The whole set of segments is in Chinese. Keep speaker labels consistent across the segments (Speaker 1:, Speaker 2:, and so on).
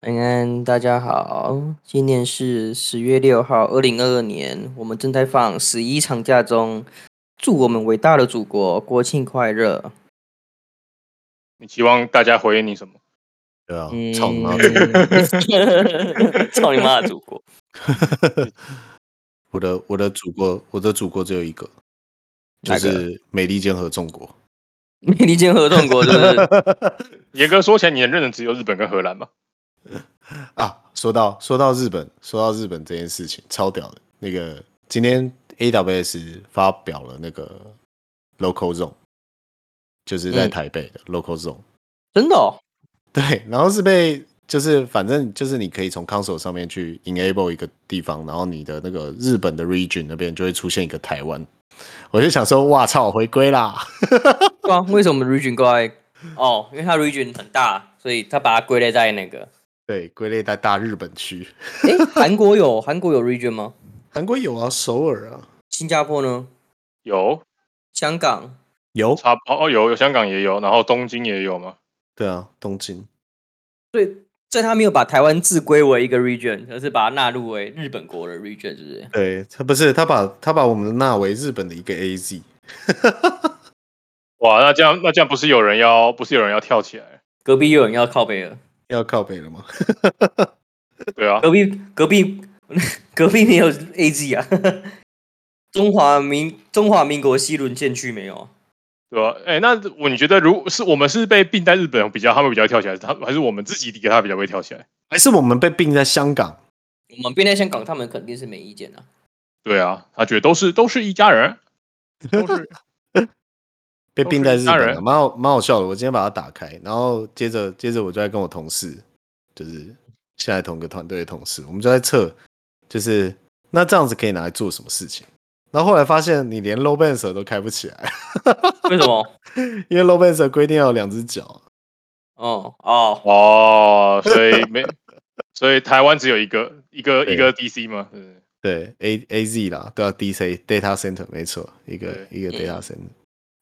Speaker 1: 安安，大家好，今天是十月六号，二零二二年，我们正在放十一长假中，祝我们伟大的祖国国庆快乐。
Speaker 2: 你期望大家回应你什么？
Speaker 3: 对啊
Speaker 1: 嗯，
Speaker 3: 操 你妈！
Speaker 1: 操你妈的祖国！
Speaker 3: 我的我的祖国，我的祖国只有一个，就
Speaker 1: 哪个
Speaker 3: 是美利坚合众国。
Speaker 1: 美利坚合众国是不是？
Speaker 2: 严格说起来，你认的只有日本跟荷兰嘛？
Speaker 3: 啊，说到说到日本，说到日本这件事情，超屌的。那个今天 AWS 发表了那个 Local Zone，就是在
Speaker 1: 嗯
Speaker 3: 台北的 Local Zone。
Speaker 1: 真的哦，
Speaker 3: 对，然后是被就是反正就是你可以从 console 上面去 enable 一个地方，然后你的那个日本的 region 那边就会出现一个台湾。我就想说，哇操，回归啦！
Speaker 1: 对啊，为什么 region 过来？哦，因为它 region 很大，所以它把它归类在那个。
Speaker 3: 对，归类在大日本区。
Speaker 1: 诶，韩国有韩国有 region 吗？
Speaker 3: 韩国有啊，首尔啊，
Speaker 1: 新加坡呢？
Speaker 2: 有，
Speaker 1: 香港？
Speaker 3: 有
Speaker 2: 差不哦哦有有香港也有，然后东京也有嘛？
Speaker 3: 对啊，东京。
Speaker 1: 对，所以他没有把台湾自归为一个 region，而是把它纳入为日本国的 region，是不是？
Speaker 3: 对他不是他把他把我们纳为日本的一个 A Z，
Speaker 2: 哇，那这样那这样不是有人要不是有人要跳起来？
Speaker 1: 隔壁又有人要靠北了，
Speaker 3: 要靠北了吗？
Speaker 2: 对 啊，
Speaker 1: 隔壁隔壁 隔壁没有 A G 啊， 中华民中华民国西轮县区没有啊，
Speaker 2: 对啊。哎，那我你觉得如是我们是被并在日本比较，他们比较会跳起来，他还是我们自己离他比较会跳起来？
Speaker 3: 还是我们被并在香港？
Speaker 1: 我们边在香港，他们肯定是没意见的、啊。
Speaker 2: 对啊，他觉得都是都是一家人，都是
Speaker 3: 被
Speaker 2: 都
Speaker 3: 并
Speaker 2: 是
Speaker 3: 在
Speaker 2: 一
Speaker 3: 日
Speaker 2: 家
Speaker 3: 本
Speaker 2: 人
Speaker 3: 了，蛮好蛮好笑的。我今天把它打开，然后接着接着我就在跟我同事，就是现在同个团队的同事，我们就在测，就是那这样子可以拿来做什么事情。然后后来发现你连 low bouncer 都开不起来，
Speaker 1: 为什 么？
Speaker 3: 因为 low bouncer 规定要有两只脚。
Speaker 1: 哦哦，
Speaker 2: 哦，所以没，所以台湾只有一个一个
Speaker 3: 对
Speaker 2: 一个 DC 吗？嗯，
Speaker 3: 对，A A Z 啦，都要 D C data center 没错，一个
Speaker 2: 对
Speaker 3: 一个
Speaker 1: 嗯
Speaker 3: data center。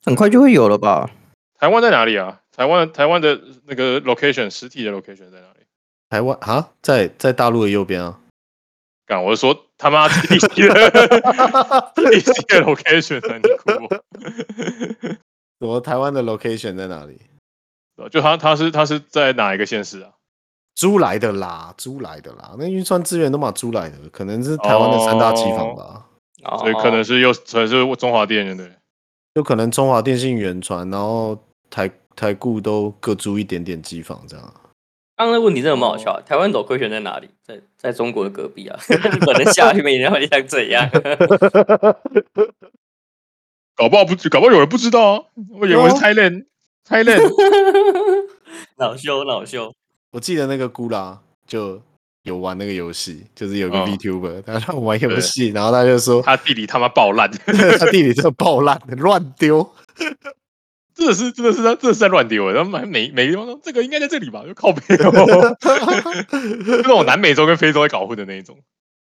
Speaker 1: 很快就会有了吧？
Speaker 2: 台湾在哪里啊？台湾台湾的那个 location 实体的 location 在哪里？
Speaker 3: 台湾啊，在在大陆的右边啊，
Speaker 2: 干，我是说他妈 DC 的 DC 的 location 啊，你哭我
Speaker 3: 怎么台湾的 location 在哪里？
Speaker 2: 对啊？就他他是他是在哪一个县市啊？
Speaker 3: 租来的啦，租来的啦，那运算资源都嘛租来的，可能是台湾的三大机房吧，
Speaker 1: 哦，
Speaker 2: 所以可能是又可能是中华电，对不对？
Speaker 3: 有可能中华电信、远传，然后台台固都各租一点点机房这样。
Speaker 1: 刚刚的问题真的蛮好笑的。台湾走亏选在哪里？在在中国的隔壁啊， 日本的下面然后像怎样？
Speaker 2: 搞不好不搞不好有人不知道啊，我以为是 Thailand Thailand
Speaker 1: 恼羞恼羞，
Speaker 3: 我记得那个咕啦就有玩那个游戏，就是有个
Speaker 2: 嗯
Speaker 3: VTuber，、他让我玩游戏，然后他就 说
Speaker 2: 他地理他妈爆烂，
Speaker 3: 他地理这爆烂，乱 丢。
Speaker 2: 真的是真的是在真的是在乱丢欸的，然后每每每个地方说这个应该在这里吧，就靠北哦，就那种南美洲跟非洲在搞混的那一种。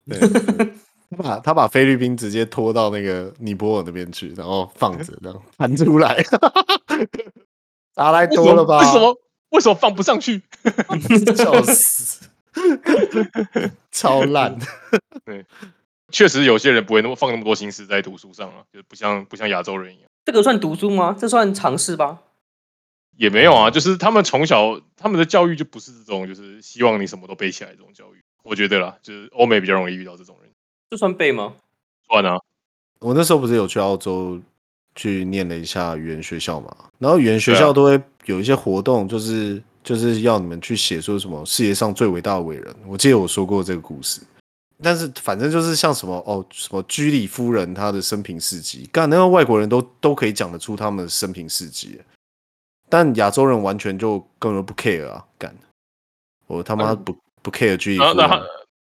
Speaker 3: 对，对他把他把菲律宾直接拖到那个尼泊尔那边去，然后放着，然后弹出来， 砸太多了吧？
Speaker 2: 为什么为什么放不上去？
Speaker 3: 笑死， 超烂。
Speaker 2: 确实有些人不会那么放那么多心思在读书上了、就不像不像亚洲人一样。
Speaker 1: 这个算读书吗？这算尝试吧？
Speaker 2: 也没有啊，就是他们从小他们的教育就不是这种，就是希望你什么都背起来这种教育。我觉得啦，就是欧美比较容易遇到这种人。
Speaker 1: 这算背吗？
Speaker 2: 算啊，
Speaker 3: 我那时候不是有去澳洲去念了一下语言学校嘛，然后语言学
Speaker 2: 对啊
Speaker 3: 校都会有一些活动，就是就是要你们去写说什么世界上最伟大的伟人。我记得我说过这个故事，但是反正就是像什么哦什么居里夫人她的生平事迹，干那个外国人都都可以讲得出他们的生平事迹。但亚洲人完全就根本不 care 啊，干，我他妈
Speaker 2: 嗯
Speaker 3: 不不 care 居里
Speaker 2: 然后
Speaker 3: 夫
Speaker 2: 那
Speaker 3: 人
Speaker 2: 他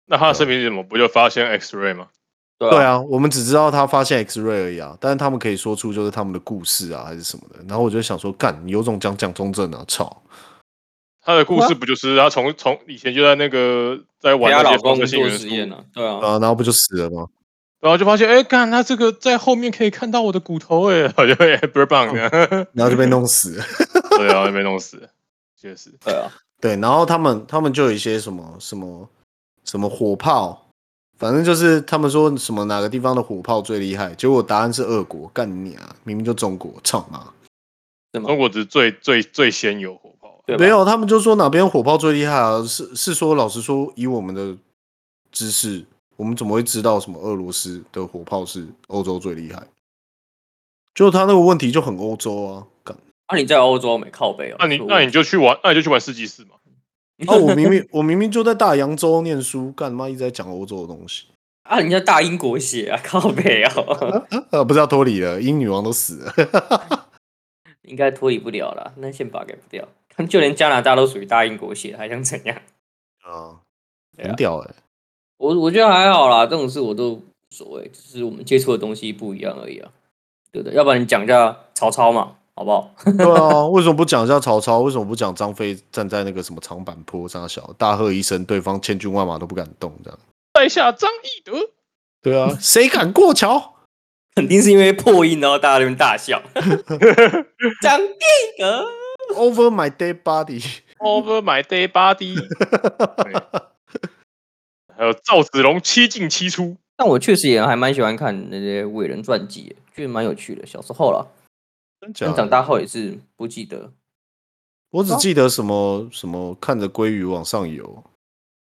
Speaker 2: 那他的声明是什么？不就发现 X-ray 吗？
Speaker 1: 对
Speaker 3: 对，啊，我们只知道他发现 X ray 而已啊，但是他们可以说出就是他们的故事啊，还是什么的。然后我就想说，干，你有种讲蒋中正啊，操！
Speaker 2: 他的故事不就是他从从以前就在那个在
Speaker 1: 陪
Speaker 2: 啊玩
Speaker 1: 她
Speaker 2: 那
Speaker 1: 老
Speaker 2: 些哦放射
Speaker 1: 公
Speaker 2: 性
Speaker 1: 做
Speaker 2: 元素
Speaker 1: 实，验啊，对啊，
Speaker 3: 啊，然后不就死了吗？
Speaker 2: 然后就发现，哎，干，他这个在后面可以看到我的骨头，哎，好像哎不是棒的，
Speaker 3: 然后就被弄死 了。
Speaker 2: 对啊，被弄死，确实，
Speaker 1: 对啊，
Speaker 3: 对，然后他们他们就有一些什么什么什么火炮，反正就是他们说什么哪个地方的火炮最厉害，结果答案是俄国，干你啊！明明就中国，操妈！嗯
Speaker 1: 是吗
Speaker 2: 中？国只是最最最先有火炮啊，
Speaker 1: 对吧
Speaker 3: 没有，他们就说哪边火炮最厉害啊？是是说，老实说，以我们的知识，我们怎么会知道什么俄罗斯的火炮是欧洲最厉害？就他那个问题就很欧洲啊！ 干
Speaker 1: 啊，你在欧洲没靠背哦？
Speaker 2: 那你
Speaker 1: 是我
Speaker 2: 那你就去玩，那你就去玩世纪四嘛。
Speaker 3: 啊，我明明我明明就在大洋洲念书，干嘛一直在讲欧洲的东西？
Speaker 1: 啊，人家大英国血啊， 靠背 哦，
Speaker 3: 呃，不是要脱离了，英女王都死 了。
Speaker 1: 应该脱离不了啦，那宪法改不掉，他们就连加拿大都属于大英国血，还想怎样？
Speaker 3: 啊，
Speaker 1: 对啊
Speaker 3: 很屌哎、
Speaker 1: 我我觉得还好啦，这种事我都无所谓，只是我们接触的东西不一样而已啊，对不对？要不然你讲一下曹操嘛，好不好？
Speaker 3: 对啊，为什么不讲一下曹操？为什么不讲张飞站在那个什么长坂坡上小大喝一声，对方千军万马都不敢动这样？
Speaker 2: 在下张翼德，
Speaker 3: 对啊，谁敢过桥？
Speaker 1: 肯定是因为破音，然后大家在那边 大笑。 张帝格，
Speaker 3: Over my dead body，
Speaker 2: Over my day body，对还有赵子龙七进七出，
Speaker 1: 但我确实也还蛮喜欢看那些伟人传记，觉得蛮有趣的。小时候啦，
Speaker 3: 真假
Speaker 1: 但
Speaker 3: 的？
Speaker 1: 长大后也是不记 得。
Speaker 3: 我只记得什么什么看着鲑鱼往上游，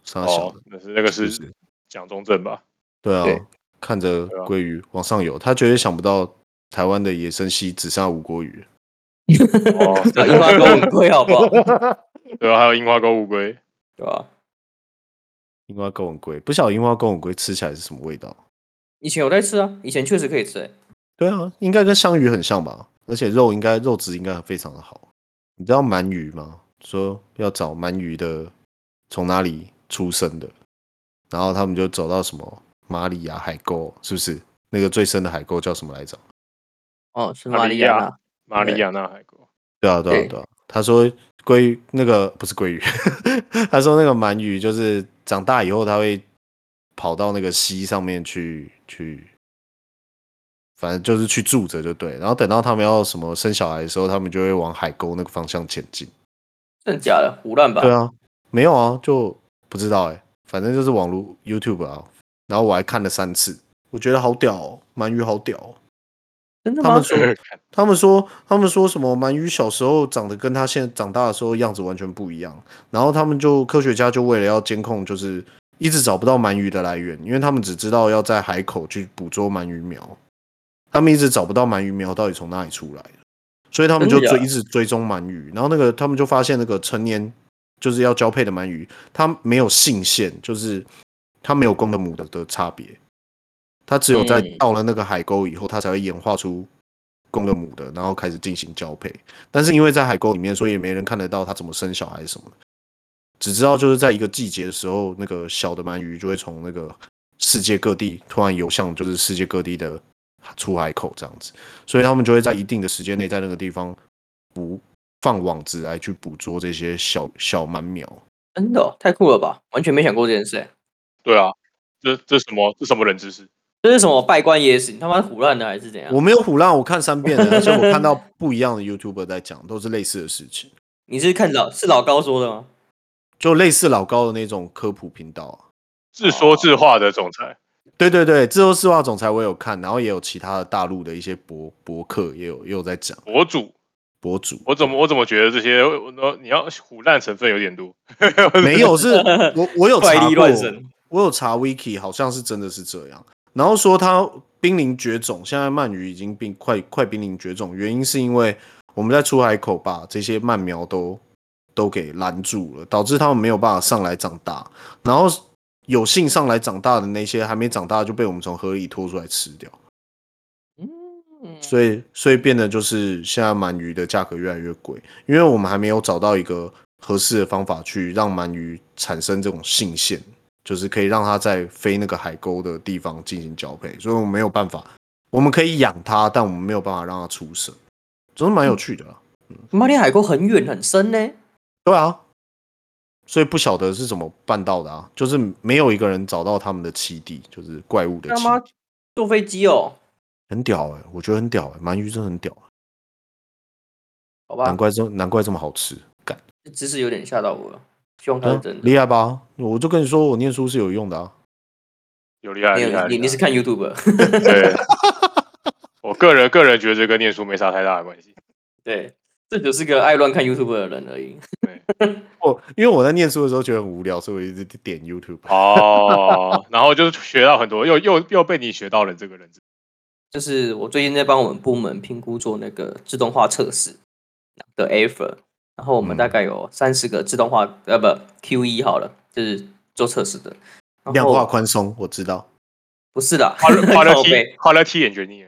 Speaker 3: 傻啊小
Speaker 2: 哦
Speaker 3: 的，，
Speaker 2: 那是那个
Speaker 3: 是不
Speaker 2: 是
Speaker 3: 是？
Speaker 2: 蒋中 正吧？
Speaker 3: 对
Speaker 1: 对
Speaker 3: 啊，看着
Speaker 2: 对啊
Speaker 3: 鲑鱼往上游，他绝对想不到台湾的野生蜥只剩下吴国鱼。
Speaker 2: 哦，
Speaker 3: 啊
Speaker 1: 啊樱花沟很贵，好不 好？
Speaker 2: 对啊，还有樱花沟乌龟，
Speaker 1: 对吧？
Speaker 3: 樱花勾吻龟，不晓得樱花勾吻龟吃起来是什么味道？
Speaker 1: 以前有在吃啊，以前确实可以吃、欸。
Speaker 3: 对啊，应该跟香鱼很像吧？而且肉应该肉质应该非常的好。你知道鳗鱼吗？说要找鳗鱼的从哪里出生的，然后他们就走到什么马里亚海沟，是不是？那个最深的海沟叫什么来着？
Speaker 1: 哦，是
Speaker 2: 马
Speaker 1: 马
Speaker 2: 里
Speaker 1: 里
Speaker 2: 亚
Speaker 1: 亚纳，
Speaker 2: 马里亚纳海沟。
Speaker 3: 对啊，对啊
Speaker 1: 对，
Speaker 3: 对啊。他说鲑鱼那个不是鲑鱼， 他说那个鳗鱼就是长大以后它会跑到那个溪上面去去，反正就是去住着就对。然后等到他们要什么生小孩的时候，他们就会往海沟那个方向前进。
Speaker 1: 真的假的？胡乱吧。
Speaker 3: 对啊，没有啊，就不知道哎、反正就是网络 YouTube 啊。然后我还看了三次，我觉得好屌、哦，鳗鱼好屌、哦。
Speaker 1: 真的
Speaker 3: 他
Speaker 1: 吗
Speaker 3: 们？说他们说，他们说什么鳗鱼小时候长得跟它现在长大的时候样子完全不一样。然后他们就科学家就为了要监控，就是一直找不到鳗鱼的来源，因为他们只知道要在海口去捕捉鳗鱼苗，他们一直找不到鳗鱼苗到底从哪里出来的，所以他们就
Speaker 1: 真的
Speaker 3: 追
Speaker 1: 假的
Speaker 3: 一直追踪鳗鱼。然后那个他们就发现那个成年就是要交配的鳗鱼，它没有性腺，就是它没有公的母的的差别。它只有在
Speaker 1: 嗯
Speaker 3: 到了那个海沟以后，它才会演化出公的母的，然后开始进行交配。但是因为在海沟里面，所以也没人看得到它怎么生小孩什么的，只知道就是在一个季节的时候，那个小的鳗鱼就会从那个世界各地突然游向就是世界各地的出海口这样子，所以他们就会在一定的时间内在那个地方捕放网子来去捕捉这些小小鳗苗。
Speaker 1: 真的哦、太酷了吧！完全没想过这件事、欸。
Speaker 2: 对啊，这这什么这什么冷知识？
Speaker 1: 这是什么拜官野史？你他妈胡乱的还是怎 样？
Speaker 3: 我没有虎烂，我看三遍了，而且我看到不一样的 YouTuber 在讲，都是类似的事情，
Speaker 1: 你是看老是老高说的吗？
Speaker 3: 就类似老高的那种科普频道、啊。
Speaker 2: 自说自话的总裁，
Speaker 3: 对对对，自由市话总裁我有看，然后也有其他的大陆的一些博博客也有也有在讲
Speaker 2: 博主，
Speaker 3: 博主，
Speaker 2: 我怎么我怎么觉得这些我你要虎烂成分有点多？
Speaker 3: 没有是我我有
Speaker 1: 怪
Speaker 3: 查
Speaker 1: 力
Speaker 3: 过
Speaker 1: 乱，神。
Speaker 3: 我有查 Wiki，好像是真的是这样。然后说它濒临绝种，现在鳗鱼已经濒快快濒临绝种，原因是因为我们在出海口把这些鳗苗都都给拦住了，导致它们没有办法上来长大。然后有幸上来长大的那些还没长大就被我们从河里拖出来吃掉。
Speaker 1: 嗯，嗯
Speaker 3: 所以所以变得就是现在鳗鱼的价格越来越贵，因为我们还没有找到一个合适的方法去让鳗鱼产生这种性腺，就是可以让它在飞那个海沟的地方进行交配，所以我们没有办法，我们可以养它，但我们没有办法让它出生，总是蛮有趣的、啊。
Speaker 1: 嗯马里海沟很远很深呢。
Speaker 3: 对啊，所以不晓得是怎么办到的啊，就是没有一个人找到他们的栖地，就是怪物的
Speaker 1: 他
Speaker 3: 栖
Speaker 1: 妈
Speaker 3: 地，
Speaker 1: 坐飞机哦，
Speaker 3: 很屌哎、我觉得很屌哎、鳗鱼真的很屌、
Speaker 1: 好
Speaker 3: 难
Speaker 1: 吧，
Speaker 3: 怪这难怪这么好吃，干。
Speaker 1: 这知识有点吓到我了，希望它
Speaker 3: 啊
Speaker 1: 是真的。
Speaker 3: 厉害吧？我就跟你说，我念书是有用的啊。
Speaker 2: 有厉害
Speaker 1: 你
Speaker 2: 厉害，
Speaker 1: 有你
Speaker 2: 厉害
Speaker 1: 你是看 YouTube？
Speaker 2: 对。我个人个人觉得这跟念书没啥太大的关系。
Speaker 1: 对，这只是个爱乱看 YouTube 的人而已。
Speaker 3: 我因为我在念书的时候觉得很无聊，所以我一直点 YouTube。啊
Speaker 2: 哦，然后就是学到很多，又又又被你学到了这个人。
Speaker 1: 就是我最近在帮我们部门评估做那个自动化测试的 effort，然后我们
Speaker 3: 嗯
Speaker 1: 大概有三十个自动化、呃不 Q 一好了，就是做测试的。然
Speaker 3: 量
Speaker 1: 后
Speaker 3: 化宽松，我知道。
Speaker 1: 不是的，
Speaker 2: 快乐快乐
Speaker 1: 靠
Speaker 2: 踢
Speaker 1: 背
Speaker 2: 快乐踢眼决定，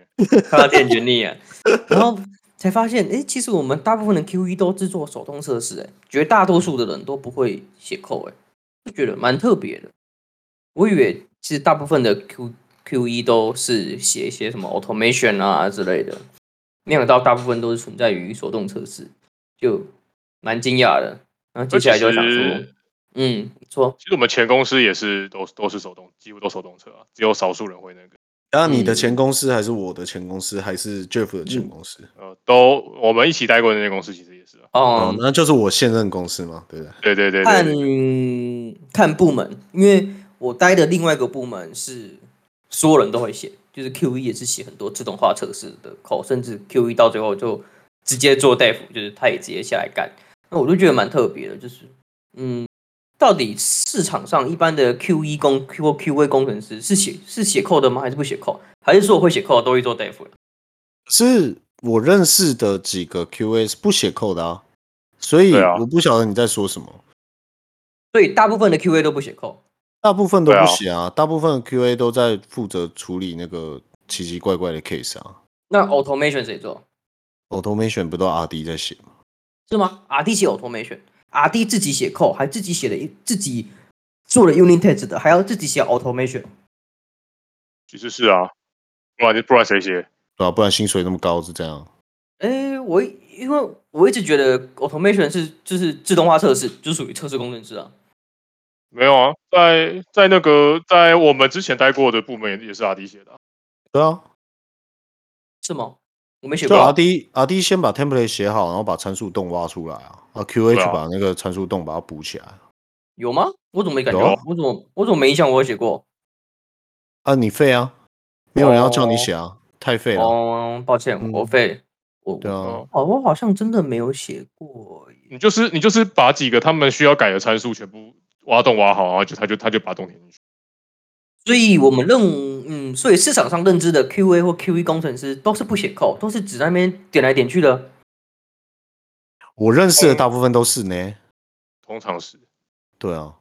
Speaker 1: 看到电卷力啊， 然后才发现，哎、其实我们大部分的 Q 一都是做手动测试，哎，绝大多数的人都不会写扣，哎，就觉得蛮特别的。我以为其实大部分的 Q Q 一都是写一些什么 automation 啊之类的，没想到大部分都是存在于手动测试，就蛮惊讶的。然后接下来就想
Speaker 2: 而
Speaker 1: 说
Speaker 2: 且是，
Speaker 1: 嗯，你说
Speaker 2: 其实我们前公司也是都都是手动，几乎都手动车啊，只有少数人会那个。
Speaker 3: 然后你的
Speaker 1: 嗯
Speaker 3: 前公司还是我的前公司，还是 Jeff 的前公司？
Speaker 2: 呃，都我们一起待过的那些公司其实也是啊。
Speaker 3: 哦
Speaker 1: 哦，，
Speaker 3: 那就是我现任公司嘛，对不对？
Speaker 2: 对对对对
Speaker 1: 看
Speaker 2: 对，
Speaker 1: 看部门，因为我待的另外一个部门是所有人都会写，就是 Q E 也是写很多自动化测试的 code，甚至 Q E 到最后就直接做 dev，就是他也直接下来干。那我就觉得蛮特别的，就是嗯，到底市场上一般的 Q E 工 Q 或 Q A 工程师是写是写 code 的吗？还是不写 code？还是说会写 code 都会做 dev？了
Speaker 3: 可是我认识的几个 QA 是不写扣的啊，所以
Speaker 2: 对啊
Speaker 3: 我不晓得你在说什么。
Speaker 1: 所以大部分的 Q A 都不写 code。
Speaker 3: 大部分都
Speaker 2: 对啊
Speaker 3: 不写啊，大部分的 QA 都在负责处理那个奇奇怪怪的 case 啊。
Speaker 1: 那 automation 谁做？
Speaker 3: Automation 不都 RD 在写吗？
Speaker 1: 是吗？R 啊 D 写 automation，R D 啊自己写 code，还自己写了一自己做了 unit test 的，还要自己写 automation。
Speaker 2: 其实是啊，不然就不然谁写？
Speaker 3: 对啊，不然薪水那么高是这样。
Speaker 1: 哎，我一因为我一直觉得 automation 是就是自动化测试，就属于测试工程师啊。
Speaker 2: 没有啊，在在那个在我们之前待过的部门也也是阿迪写的啊、
Speaker 3: 对啊，
Speaker 1: 是吗？我没写
Speaker 3: 就
Speaker 1: 过
Speaker 3: R
Speaker 1: 啊。
Speaker 3: D R D 先把 template 写好，然后把参数洞挖出来啊，啊 Q
Speaker 2: 对
Speaker 3: H
Speaker 2: 啊
Speaker 3: 把那个参数洞把它补起来
Speaker 1: 有吗？我怎么没感觉
Speaker 3: 有啊
Speaker 1: 到？我怎么我怎么没印象我有写过？
Speaker 3: 啊，你废啊，没有人要叫你写啊，太废了。
Speaker 1: 哦，抱歉，
Speaker 3: 嗯
Speaker 1: 我废。我
Speaker 3: 对啊
Speaker 2: 哦，
Speaker 1: 哦，我好像真的没有写过耶。
Speaker 2: 你就是你就是把几个他们需要改的参数全部挖洞挖好，然后就他就他就把洞填进去。
Speaker 1: 所以我们认，嗯，所以市场上认知的 QA 或 QE 工程师都是不写 code，都是指在那边点来点去的。
Speaker 3: 我认
Speaker 2: 哦
Speaker 3: 识的大部分都是呢。
Speaker 2: 通常是
Speaker 3: 对啊，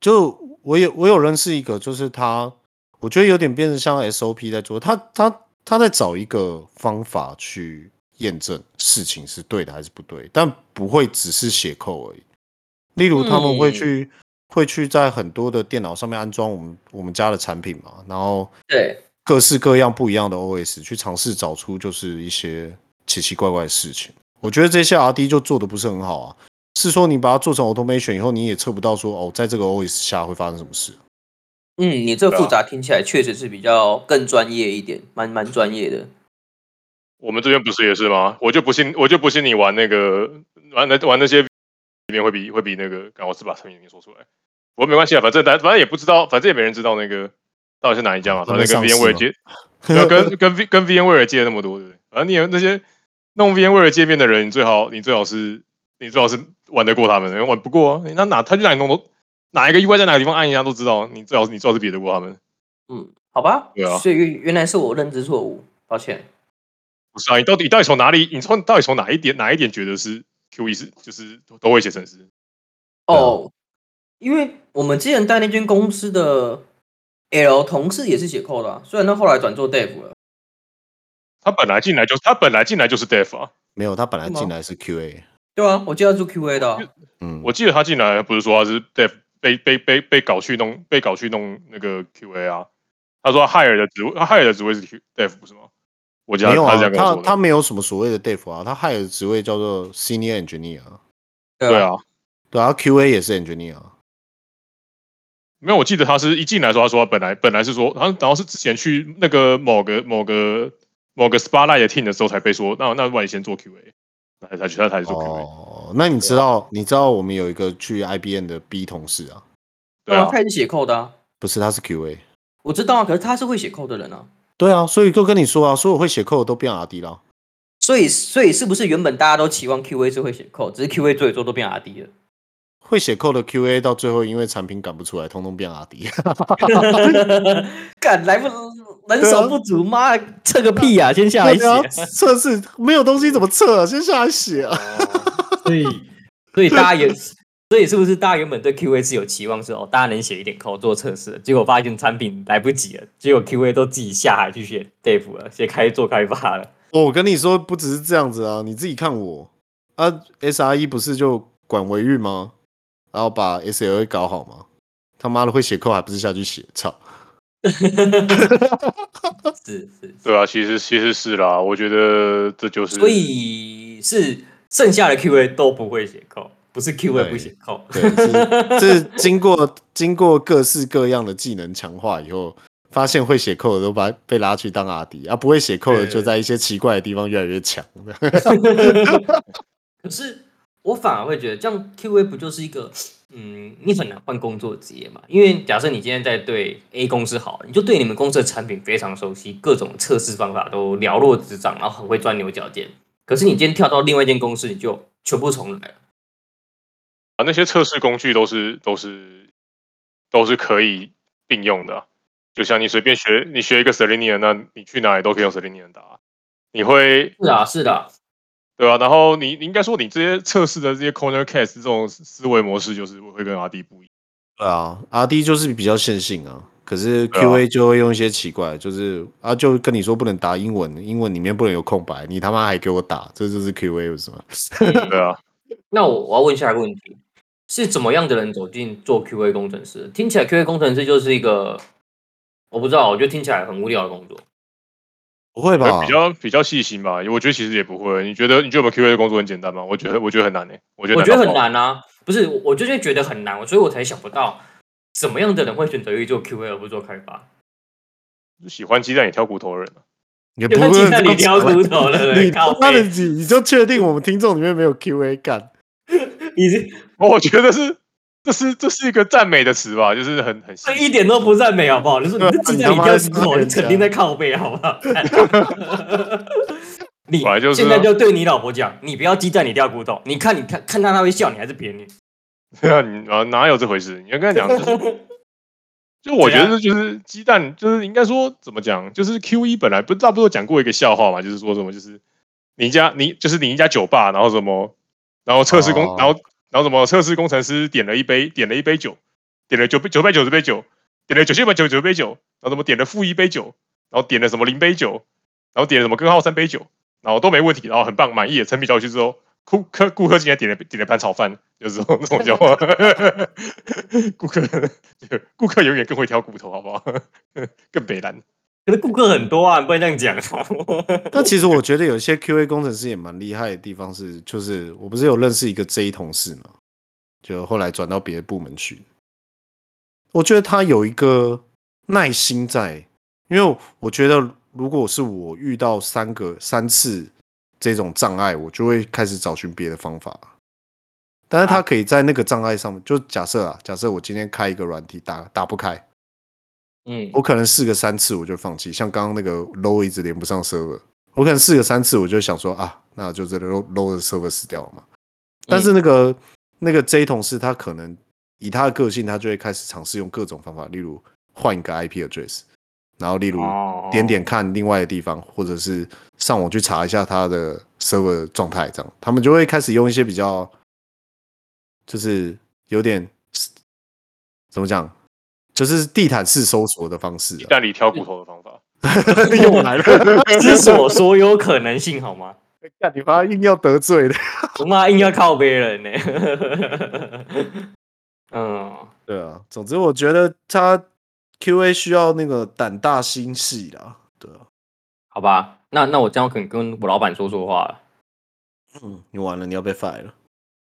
Speaker 3: 就我有我有认识一个，就是他，我觉得有点变成像 SOP 在做，他他他在找一个方法去验证事情是对的还是不对，但不会只是写扣而已。例如他们会去、会去在很多的电脑上面安装我们我们家的产品嘛，然后
Speaker 1: 对，
Speaker 3: 各式各样不一样的 OS 去尝试找出就是一些奇奇怪怪的事情。我觉得这些 RD 就做的不是很好啊，是说你把它做成 automation 以后，你也测不到说哦，在这个 OS 下会发生什么事。
Speaker 1: 嗯，你这
Speaker 2: 对啊
Speaker 1: 复杂听起来确实是比较更专业一点，蛮蛮专业的。
Speaker 2: 我们这边不是也是吗？我就不信我就不信你玩那个玩那玩那些里面会比会比那个，刚我是把成语给说出来。不过没关系啊，反正大反正也不知道，反正也没人知道那个到底是哪一家嘛。
Speaker 3: 他
Speaker 2: 反
Speaker 3: 们
Speaker 2: 正跟
Speaker 3: 上市
Speaker 2: VMware
Speaker 3: 吗
Speaker 2: 接， 对啊跟跟 V 跟 VMware 借了那么多，对不对？反正你有那些弄 VMware 界面的人，你最好你最好是你最好是玩得过他们的，玩不过啊。那哪他去哪里弄都哪一个 UI 在哪个地方按一下都知道，啊你最好是你最好是比得过他们。
Speaker 1: 嗯，好吧，
Speaker 2: 对啊
Speaker 1: 所以原原来是我认知错误，抱歉。
Speaker 2: 不是啊，你到底你到底从哪里？你从你到底从哪一点哪一点觉得是 Q E 是就是都都会写程式？
Speaker 3: 对啊
Speaker 1: 哦，因为我们之前在那间公司的 L 同事也是写 code 的啊、虽然他后来转做 dev 了。
Speaker 2: 他本来进来就他本来进来就是 Def 啊，
Speaker 3: 没有，他本来
Speaker 1: 是吗
Speaker 3: 进来是 QA，
Speaker 1: 对啊，我就要做 QA 的啊、
Speaker 3: 嗯，
Speaker 2: 我记得他进来不是说他是 Def 被被被被搞去弄被搞去弄那个 QA 啊，他说他 hire 的职位他 hire 的职位是 Q Def 不是吗？我记得
Speaker 3: 没有
Speaker 2: 他
Speaker 3: 啊
Speaker 2: 是这样，跟我
Speaker 3: 他
Speaker 2: 说的
Speaker 3: 他没有什么所谓的 Dev 啊，他还有职位叫做 Senior Engineer，啊
Speaker 2: 对，啊，
Speaker 3: 对啊他，QA 也是 Engineer，啊
Speaker 2: 没有，我记得他是一进来说，他说他本来本来是说，他然后是之前去那个某个某个某个 spotlight 的 team 的时候才被说，那那万一先做 QA，才才去他才去做 QA，、
Speaker 3: 哦，那你知道你知道我们有一个去 IBM 的 B 同事啊，
Speaker 2: 对
Speaker 1: 啊
Speaker 2: 啊，，
Speaker 1: 他也是写扣的、啊，
Speaker 3: 不是他是 QA，
Speaker 1: 我知道啊，可是他是会写扣的人啊，
Speaker 3: 对啊，所以就跟你说啊，所有会写 code 都变 RD 了，
Speaker 1: 所以所以是不是原本大家都期望 QA 是会写扣，只是 QA 做一做都变 RD 了？
Speaker 3: 会写 code 的 QA 到最后因为产品赶不出来，通通变 RD，
Speaker 1: 干来不人手不足，妈测个屁呀、先下来写
Speaker 3: 对啊，测试没有东西怎么测啊？先下来写 啊，
Speaker 1: 所 以所以大家也，所以是不是大家原本对 QA 是有期望是哦，大家能写一点 code 做测试的，结果发现产品来不及了，结果 QA 都自己下海去写 dev 了，写开做开发了。
Speaker 3: 哦我跟你说，不只是这样子啊，你自己看我啊，SRE 不是就管维运吗？然后把 SLA 搞好吗？他妈的会写扣还不是下去写？操！
Speaker 1: 是是，
Speaker 2: 对啊，其实其实是啦，我觉得这就是，
Speaker 1: 所以是剩下的 QA 都不会写 code，不是 QA 不写 code。
Speaker 3: 对，这是这经过经过各式各样的技能强化以后，发现会写扣的都把被拉去当阿迪啊，不会写扣的
Speaker 1: 对
Speaker 3: 就在一些奇怪的地方越来越强。
Speaker 1: 可是我反而会觉得，这样 QA 不就是一个，嗯，你很难换工作职业嘛？因为假设你今天在对 A 公司好，你就对你们公司的产品非常熟悉，各种测试方法都了若指掌，然后很会钻牛角尖。可是你今天跳到另外一间公司，你就全部重来了。
Speaker 2: 啊，那些测试工具都是都是都是可以并用的啊、就像你随便学，你学一个 Selenium，那你去哪里都可以用 Selenium 打啊，你会
Speaker 1: 是啊，是的，
Speaker 2: 对啊，然后你你应该说你这些测试的这些 corner case 这种思维模式，就是会跟阿弟不一样。
Speaker 3: 对啊，R D 就是比较线性啊，可是
Speaker 2: 对
Speaker 3: Q
Speaker 2: 啊
Speaker 3: A 就会用一些奇怪，就是啊，就跟你说不能打英文，英文里面不能有空白，你他妈还给我打，这就是 Q A 不是吗？
Speaker 2: 对啊，
Speaker 1: 那我我要问下一个问题，是怎么样的人走进做 QA 工程师？听起来 QA 工程师就是一个，我不知道，我觉得听起来很无聊的工作。
Speaker 3: 不会吧？
Speaker 2: 比较比较细心吧，我觉得其实也不会。你觉得你觉得我们 QA 的工作很简单吗？我觉得我觉得很难诶、欸我觉得
Speaker 1: 我觉得很
Speaker 2: 到爆。
Speaker 1: 难啊，不是，我我就是觉得很难，所以我才想不到怎么样的人会选择去做 QA 而不做开发。
Speaker 2: 就喜欢鸡蛋里挑骨头的人啊，
Speaker 3: 也不
Speaker 1: 就
Speaker 3: 会
Speaker 1: 会
Speaker 3: 这样
Speaker 1: 鸡蛋里挑
Speaker 3: 讲
Speaker 1: 骨头 的
Speaker 3: 你
Speaker 1: 人，
Speaker 3: 他
Speaker 1: 靠
Speaker 3: 妈的
Speaker 1: 背，
Speaker 3: 你你就确定我们听众里面没有 Q A 干？
Speaker 1: 你是
Speaker 2: 我觉得是这是这是一个赞美的词吧，就是很很细
Speaker 1: 这一点都不赞美好不好？你说你
Speaker 3: 对啊
Speaker 1: 是鸡蛋里挑骨头，
Speaker 3: 你他妈的
Speaker 1: 你肯定在靠背好不好？ 你
Speaker 2: 本来就是啊
Speaker 1: 现在就对你老婆讲，你不要鸡蛋里挑骨头，你看你看看他他会笑你还是扁你？
Speaker 2: 对啊，你啊哪有这回事？你要跟他讲，就是就我觉得这就是鸡蛋，就是应该说怎么讲，就是 Q E 一本来不是差不多讲过一个笑话嘛，就是说什么就是你一家你就是你一家酒吧，然后什么，然后测试工，
Speaker 3: 哦
Speaker 2: 然后然后什么测试工程师点了一杯点了一杯酒，点了九杯九百九十杯酒，点了九千百九十九杯酒，然后什么点了负一杯酒，然后点了什么零杯酒，然后点了什么根号三杯酒，然后都没问题，然后很棒满意，陈皮小去之后。顾客顾客竟然点了点了盘炒饭，就是这种这种笑话。顾客顾客永远更会挑骨头，好不好？ 更北蓝。
Speaker 1: 可是顾客很多啊，你不能这样讲啊。
Speaker 3: 但其实我觉得有些 QA 工程师也蛮厉害的地方是，就是我不是有认识一个 J 同事嘛，就后来转到别的部门去。我觉得他有一个耐心在，因为我觉得如果是我遇到三个三次这种障碍，我就会开始找寻别的方法。但是他可以在那个障碍上面，就假设啊，假设我今天开一个软体打打不开，
Speaker 1: 嗯，
Speaker 3: 我可能试个三次我就放弃，像刚刚那个 low 一直连不上 server，我可能试个三次我就想说啊，那就这个 low low 的 server 死掉了嘛。但是那个、那个 J 同事他可能以他的个性，他就会开始尝试用各种方法，例如换一个 IP address，然后例如
Speaker 1: 哦
Speaker 3: 点点看另外的地方，或者是上网去查一下他的 server 状态，这样他们就会开始用一些比较，就是有点怎么讲，就是地毯式搜索的方式、啊
Speaker 2: 鸡。蛋里挑骨头的方法，
Speaker 3: 又来了，
Speaker 1: 思索所有可能性，好吗？
Speaker 3: 干你妈硬要得罪的。
Speaker 1: 我妈硬要靠别人呢、嗯，
Speaker 3: 对啊，总之我觉得他 Q A 需要那个胆大心细啦。对啊，
Speaker 1: 好吧，那那我这样可能跟我老板说说话了。
Speaker 3: 嗯，你完了，你要被 fire 了。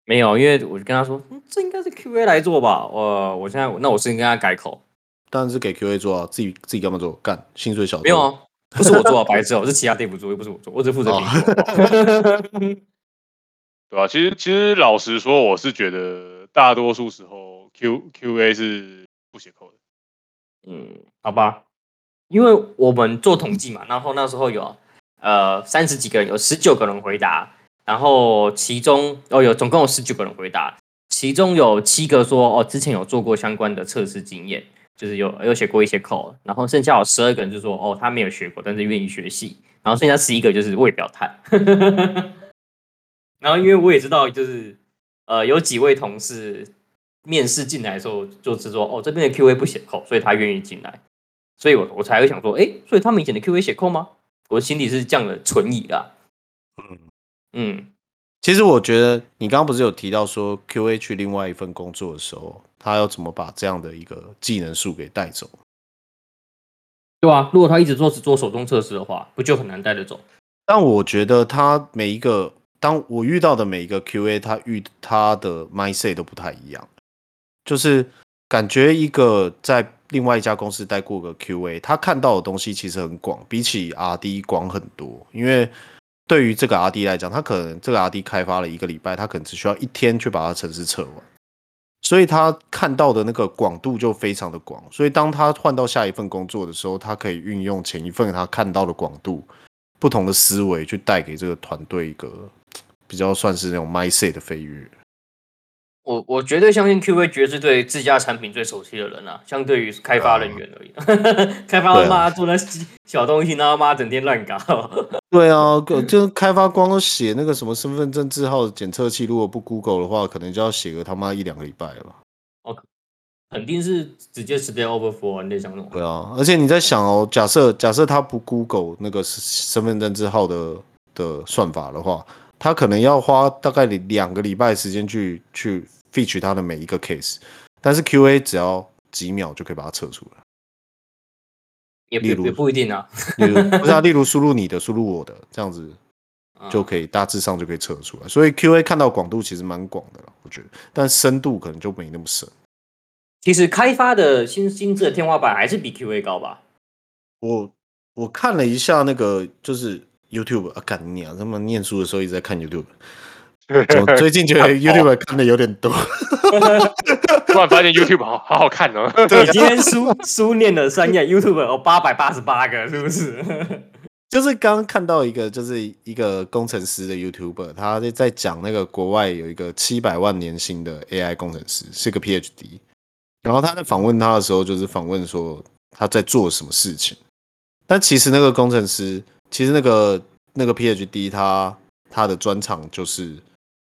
Speaker 1: 没有，因为我就跟他说，嗯、这应该是 Q&A 来做吧。呃，我现在那我是跟他改口，
Speaker 3: 当然是给 Q A 做啊，自己自己干嘛做？干薪水小偷
Speaker 1: 没有啊，不是我做啊，白痴哦、是其他店不做，又不是我做，我只负责
Speaker 3: 哦
Speaker 1: 评估。
Speaker 2: 对啊吧、其实其实老实说，我是觉得大多数时候 Q Q A 是不写扣的。
Speaker 1: 嗯，好吧，因为我们做统计嘛，然后那时候有呃三十几个人，有十九个人回答，然后其中哦有总共有十九个人回答，其中有七个说哦之前有做过相关的测试经验，就是有有写过一些 code，然后剩下有十二个人就说哦他没有学过，但是愿意学习，然后剩下十一个就是未表态， 然后因为我也知道就是呃有几位同事面试进来的时候，就是说哦这边的 Q&A 不写扣，所以他愿意进来，所以我我才会想说，哎，所以他们以前的 Q&A 写扣吗？我心里是这样的存疑啦。嗯嗯，
Speaker 3: 其实我觉得你刚刚不是有提到说 Q A 去另外一份工作的时候，他要怎么把这样的一个技能树给带走？
Speaker 1: 对啊，如果他一直做只做手动测试的话，不就很难带得走？
Speaker 3: 但我觉得他每一个，当我遇到的每一个 QA，他遇他的 mindset 都不太一样，就是感觉一个在另外一家公司待过个 QA，他看到的东西其实很广，比起 RD 广很多。因为对于这个 RD 来讲，他可能这个 RD 开发了一个礼拜，他可能只需要一天去把它城市测完。所以他看到的那个广度就非常的广，所以当他换到下一份工作的时候，他可以运用前一份他看到的广度，不同的思维去带给这个团队一个比较算是那种 mindset 的飞跃。
Speaker 1: 我我绝对相信 QA 绝对是对自家产品最熟悉的人啊，相对于开发人员而已。 开发
Speaker 3: 对啊
Speaker 1: 他妈做那小东西，然后妈整天乱搞。
Speaker 3: 对啊，个就是开发光写那个什么身份证字号检测器，如果不 Google 的话，可能就要写个他妈一两个礼拜了吧。
Speaker 1: 肯定是直接 Stack Overflow 啊你在想什么？
Speaker 3: 对啊，而且你在想哦，假设假设他不 Google 那个身身份证字号的的算法的话，他可能要花大概两个礼拜时间去去 fetch 他的每一个 case，但是 QA 只要几秒就可以把它测出来。
Speaker 1: 也不
Speaker 3: 例如
Speaker 1: 也不一定啊，
Speaker 3: 例如不是 啊，例如输入你的，输入我的，这样子
Speaker 1: 嗯
Speaker 3: 就可以大致上就可以测得出来。所以 Q A 看到广度其实蛮广的了，我觉得，但深度可能就没那么深。
Speaker 1: 其实开发的新新制的天花板还是比 QA 高吧？
Speaker 3: 我我看了一下那个就是 YouTube 啊，干你啊！他们念书的时候一直在看 YouTube，我最近觉得 YouTube 看的有点多。
Speaker 2: 突然发现 YouTube 好好好看哦。
Speaker 1: 对，今天书书念了三页，YouTube 有八百八十八个，是不是？
Speaker 3: 就是刚刚看到一个，就是一个工程师的 YouTuber，他在在讲那个国外有一个七百万年薪的 AI 工程师，是个 PhD。然后他在访问他的时候，就是访问说他在做什么事情。但其实那个工程师，其实那个那个 PhD 他他的专长就是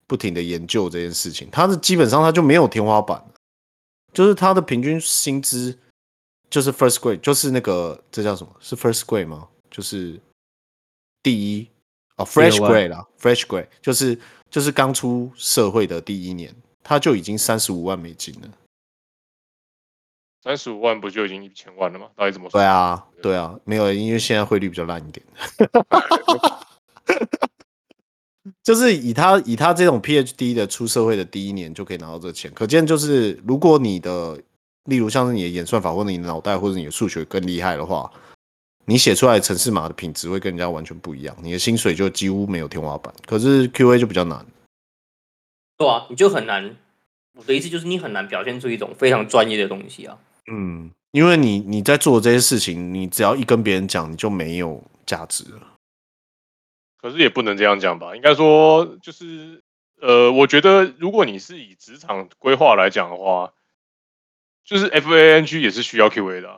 Speaker 3: 不停的研究这件事情，他的基本上他就没有天花板，就是他的平均薪资就是 first grade，就是那个这叫什么？是 first grade 吗？就是第一哦，fresh
Speaker 1: 第二
Speaker 3: grade 啦，fresh grade 就是就是刚出社会的第一年，他就已经三十五万美金了。
Speaker 2: 三十五万不就已经一千万了吗？到底怎么
Speaker 3: 对
Speaker 2: 算？
Speaker 3: 啊，对啊，没有，因为现在汇率比较烂一点。 就是以他以他这种 PhD 的出社会的第一年就可以拿到这钱，可见就是如果你的，例如像是你的演算法或者你的脑袋或者你的数学更厉害的话，你写出来的程式码的品质会跟人家完全不一样，你的薪水就几乎没有天花板。可是 QA 就比较难，
Speaker 1: 对啊，你就很难。我的意思就是，你很难表现出一种非常专业的东西啊。
Speaker 3: 嗯，因为你你在做这些事情，你只要一跟别人讲，你就没有价值了。
Speaker 2: 可是也不能这样讲吧，应该说就是呃，我觉得如果你是以职场规划来讲的话，就是 FANG 也是需要 QA 的啊、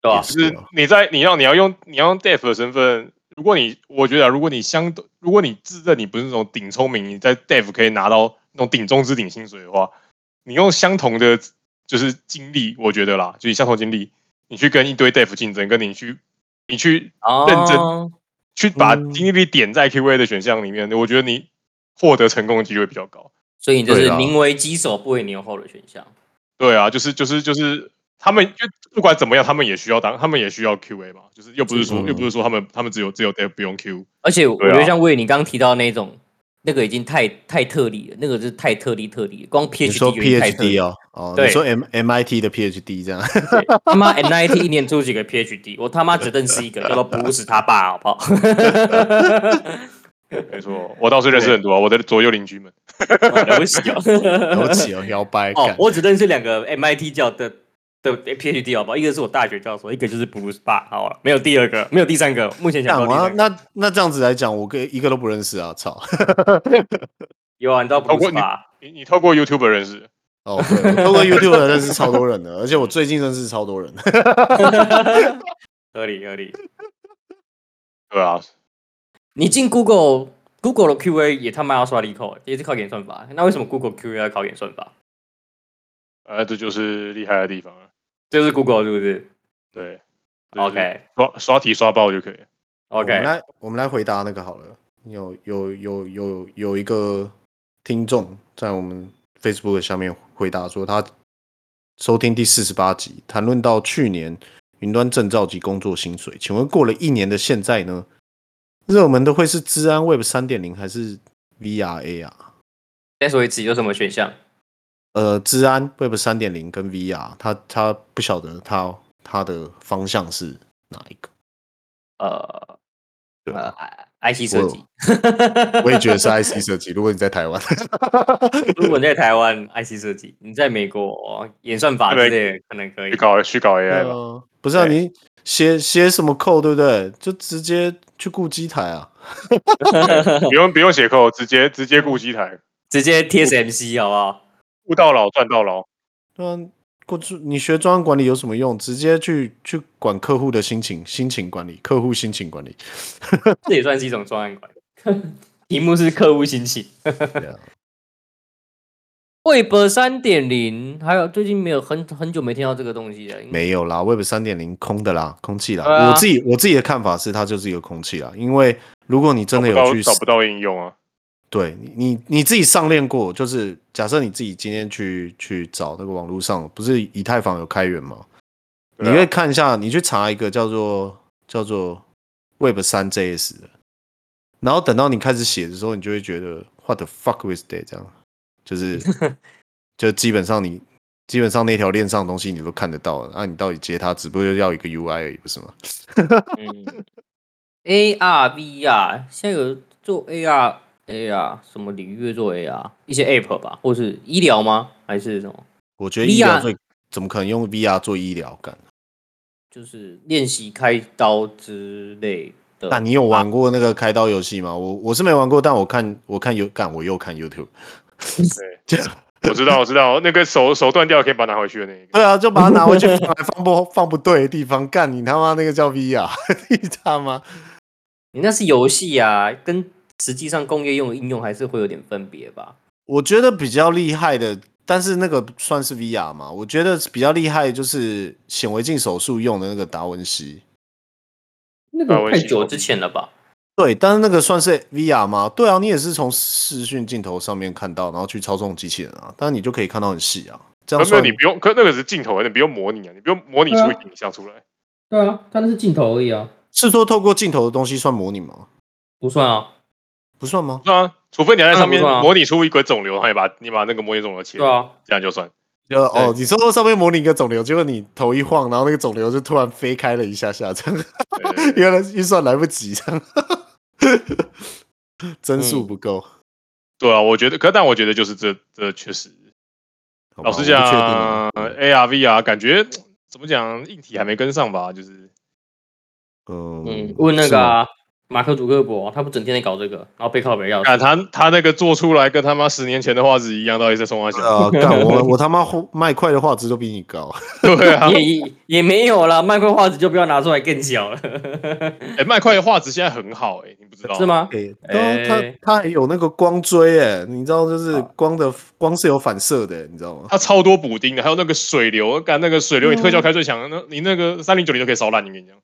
Speaker 1: 对
Speaker 3: 也
Speaker 1: 吧、
Speaker 2: 就是
Speaker 3: 啊
Speaker 2: 你在你要你要用你要用 Dev 的身份，如果你我觉得、啊、如果你相对如果你自认你不是那种顶聪明，你在 Dev 可以拿到那种顶中之顶薪水的话，你用相同的就是经历，我觉得啦，就是相同经历，你去跟一堆 Dev 竞争，跟你去你去认真
Speaker 1: 哦，
Speaker 2: 去把
Speaker 3: 嗯
Speaker 2: 精力点在 QA 的选项里面，我觉得你获得成功的几率会比较高。
Speaker 1: 所以你就
Speaker 3: 对
Speaker 1: 是
Speaker 3: 啊
Speaker 1: 宁为鸡首不为牛后的选项。
Speaker 2: 对啊，就是就是就是他们，就不管怎么样，他们也需要当，他们也需要 QA 嘛，就是又不是说、
Speaker 3: 嗯
Speaker 2: 又不是说他们他们只有只有 dev 不用 Q，
Speaker 1: 而且我
Speaker 2: 对啊
Speaker 1: 觉得像魏你刚刚提到那种，那个已经太太特例了，那个是太特例特例了，光
Speaker 3: 你
Speaker 1: PhD
Speaker 3: 说
Speaker 1: 就已经太特例
Speaker 3: PhD 哦，哦，
Speaker 1: 对
Speaker 3: 你说 M MIT 的 PhD 这样，
Speaker 1: 对他妈 NIT 一年出几个 PhD，我他妈只认识一个，叫做布鲁斯他爸，好不好？
Speaker 2: 没错，我倒是认识很多、啊，我的左右邻居们，
Speaker 1: 了不 起
Speaker 3: 了不
Speaker 1: 哦！
Speaker 3: 起哦，摇摆
Speaker 1: 哦
Speaker 3: 感，，
Speaker 1: 我只认识两个 MIT 教的的的 PhD，好不好？一个是我大学教授，一个就是布鲁斯爸，好了，没有第二个，没有第三个，目前想
Speaker 3: 干
Speaker 1: 不
Speaker 3: 嘛？
Speaker 1: 到第三个。
Speaker 3: 啊那那这样子来讲，我跟一个都不认识啊，操！
Speaker 1: 有啊，你知道布鲁斯爸？
Speaker 2: 你你透过 YouTube 认识，
Speaker 3: 哦，对，我透过 YouTube 的认识超多人的，而且我最近认识超多人。
Speaker 1: 合理合理。
Speaker 2: 对啊，
Speaker 1: 你进 Google Google 的 QA 也他妈要刷力扣，也是靠演算法。那为什么 Google QA 要靠演算法？
Speaker 2: 呃，这就是厉害的地方了，
Speaker 1: 这是 Google 是不是
Speaker 2: 对这就是
Speaker 1: ？OK
Speaker 2: 刷刷题刷爆就可以了。
Speaker 3: 我们
Speaker 1: OK，
Speaker 3: 来我们来回答那个好了。有有有有有一个听众在我们 Facebook 下面回答说，他收听第四十八集，谈论到去年云端证照及工作薪水，请问过了一年的现在呢，热门的会是治安 Web 三点零还是 VRA 啊？
Speaker 1: 再说一次有什么选项？
Speaker 3: 呃，治安 Web 三点零跟 VR，他他不晓得他他的方向是哪一个，
Speaker 1: 呃
Speaker 3: 对
Speaker 1: 呃
Speaker 3: 吧？
Speaker 1: ，I- IC 设计。
Speaker 3: 我也觉得是 IC 设计。如果你在台湾，
Speaker 1: 如果你在台湾 IC 设计，你在美国 演算法之类的可能可以
Speaker 2: 去。搞去搞 AI 吧，
Speaker 3: 呃，不是啊，
Speaker 1: 对
Speaker 3: 你写写什么扣对不对？就直接去雇机台啊。
Speaker 2: 不用不用写扣，直接直接雇机台，
Speaker 1: 直接 TSMC 好不好？
Speaker 2: 雇到老赚到老，
Speaker 3: 对啊，雇主你学专案管理有什么用？直接去去管客户的心情，心情管理，客户心情管理。
Speaker 1: 这也算是一种专案管理。 题目是客户心情。
Speaker 3: 对啊，
Speaker 1: Web 三点零，还有最近没有很很久没听到这个东西了。应该
Speaker 3: 没有啦，Web 三点零空的啦，空气啦。
Speaker 1: 对啊
Speaker 3: 我自己我自己的看法是，它就是一个空气啦。因为如果你真的
Speaker 2: 不
Speaker 3: 有
Speaker 2: 到
Speaker 3: 去
Speaker 2: 找不到应用啊，
Speaker 3: 对你你你自己上链过，就是假设你自己今天去去找那个网络上，不是以太坊有开源吗？
Speaker 2: 对
Speaker 3: 你
Speaker 2: 啊
Speaker 3: 可以看一下，你去查一个叫做叫做 Web 三 JS 的，然后等到你开始写的时候，你就会觉得 What the fuck was that？这样就是 就基本上你基本上那条链上的东西你都看得到了，那、啊你到底接它，只不过就要一个 UI 而已，不是吗？
Speaker 1: 嗯，AR、VR，现在有做 AR、AR 什么领域会做 AR？一些 App 吧，或是医疗吗？还是什么？
Speaker 3: 我觉得医疗
Speaker 1: VR
Speaker 3: 最怎么可能用 VR 做医疗感？
Speaker 1: 就是练习开刀之类的。
Speaker 3: 那你有玩过那个开刀游戏吗？我我是没玩过，但我看我看有干，我又看 YouTube。
Speaker 2: 对，
Speaker 3: 就
Speaker 2: 我知道我知道，那个手手断掉可以把它拿回去的那一个。
Speaker 3: 对啊，就把它拿回去放来放不放不对的地方，干你他妈那个叫 VR，你 知道吗？
Speaker 1: 你那是游戏啊，跟实际上工业用的应用还是会有点分别吧？
Speaker 3: 我觉得比较厉害的，但是那个算是 VR 嘛？我觉得比较厉害的就是显微镜手术用的那个达文西。
Speaker 1: 那
Speaker 2: 啊我
Speaker 1: 个
Speaker 2: 也
Speaker 1: 太
Speaker 2: 喜欢
Speaker 1: 久之前了吧？
Speaker 3: 对，但是那个算是 VR 吗？对啊，你也是从视讯镜头上面看到，然后去操纵机器人啊，但你就可以看到很细啊。这样
Speaker 2: 可没有
Speaker 3: 算
Speaker 2: 你不用，可那个只是镜头，你不用模拟啊，你不用模拟出一个影像出来。
Speaker 1: 对啊，它那是镜头而已啊，
Speaker 3: 是说透过镜头的东西算模拟吗？
Speaker 1: 不算啊。
Speaker 3: 不算吗？
Speaker 2: 对啊，除非你要在上面
Speaker 1: 嗯不错啊
Speaker 2: 模拟出一个肿瘤，然后你把你把那个模拟肿瘤切，
Speaker 1: 对啊，
Speaker 2: 这样就算。
Speaker 3: 就哦，你说上面模拟一个肿瘤，结果你头一晃，然后那个肿瘤就突然飞开了一下下，这样
Speaker 2: 对对对
Speaker 3: 原来预算来不及，这样帧数
Speaker 1: 嗯
Speaker 3: 不够。
Speaker 2: 对啊，我觉得，可但我觉得就是这这确实，
Speaker 3: 好吧
Speaker 2: 老实讲呃
Speaker 3: 我不确定啊
Speaker 2: ，AR VR 感觉怎么讲，硬体还没跟上吧，就是
Speaker 3: 嗯
Speaker 1: 嗯，问那个、
Speaker 3: 是吗
Speaker 1: 啊、马克·祖克伯，他不整天在搞这个，然后背靠背要死。
Speaker 2: 看他他那个做出来跟他妈十年前的画质一样，到底在冲他
Speaker 3: 对
Speaker 2: 笑？
Speaker 3: 啊，干 我我他妈后卖块的画质都比你高，
Speaker 2: 对啊，
Speaker 1: 也也也没有了，麦克画质就不要拿出来更小了，
Speaker 2: 哎，麦块的画质现在很好，哎，你不知道
Speaker 1: 是？吗？
Speaker 3: 对，
Speaker 1: 哎啊
Speaker 3: 然后他他还有那个光追，哎，你知道就是光的光是有反射的，你知道吗？
Speaker 2: 它超多补丁的，还有那个水流，干那个水流，你特效开最强，那你那个三零九零都可以烧烂，你跟你讲。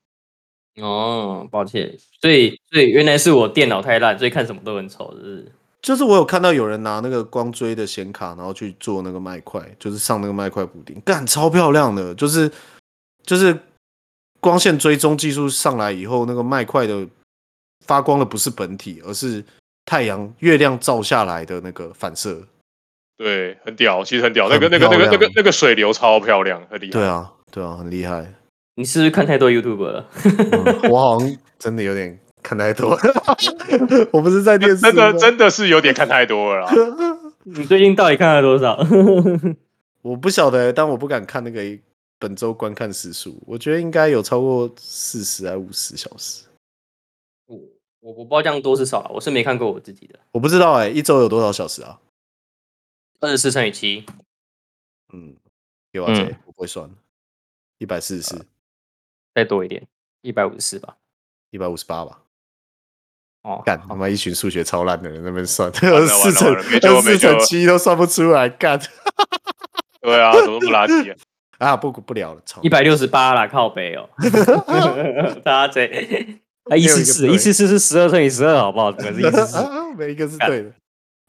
Speaker 1: 哦， 抱歉，所以所以原来是我电脑太烂，所以看什么都很丑，就是
Speaker 3: 就是我有看到有人拿那个光追的显卡，然后去做那个麦块，就是上那个麦块补丁，干超漂亮的，就是就是光线追踪技术上来以后，那个麦块的发光的不是本体，而是太阳、月亮照下来的那个反射。
Speaker 2: 对，很屌，其实很屌。那
Speaker 3: 很
Speaker 2: 个、那个、那个、
Speaker 3: 漂亮
Speaker 2: 那个、那个水流超漂亮，很厉害。
Speaker 3: 对啊，对啊，很厉害。
Speaker 1: 你是不是看太多 YouTube 了？
Speaker 3: 嗯我好像真的有点看太多， 我不是在电视
Speaker 2: 真的
Speaker 3: 吗
Speaker 2: 真的是有点看太多了啦。
Speaker 1: 你最近到底看了多少？
Speaker 3: 我不晓得欸、但我不敢看那个本周观看时数，我觉得应该有超过四十还五十小时，
Speaker 1: 我我我不知道这样多是少了，我是没看过我自己的
Speaker 3: 我不知道哎、一周有多少小时啊？
Speaker 1: 二十四乘以七，
Speaker 3: 嗯，给我啊姐，
Speaker 1: 嗯
Speaker 3: 我不会算，一百四十四，
Speaker 1: 再多一点，一百五十四吧。
Speaker 3: 一百五十八吧。
Speaker 1: 哦，
Speaker 3: 干他妈一群数学超烂的人在那边算，二
Speaker 2: 了
Speaker 3: 四乘
Speaker 2: 完了没救了
Speaker 3: 二四
Speaker 2: 没救
Speaker 3: 乘
Speaker 2: 了
Speaker 3: 七都算不出来，干
Speaker 2: 对啊，怎么那么垃圾、啊？
Speaker 3: 啊不不聊了，操
Speaker 1: 一！百六十八啦，靠北 哦，大家 这啊一
Speaker 3: 有一
Speaker 1: 四
Speaker 3: 个
Speaker 1: 四
Speaker 3: 对
Speaker 1: 一 四四是十二乘以十二，好不好？整个是一四 四。
Speaker 3: 啊，每一个是
Speaker 1: 干
Speaker 3: 对的。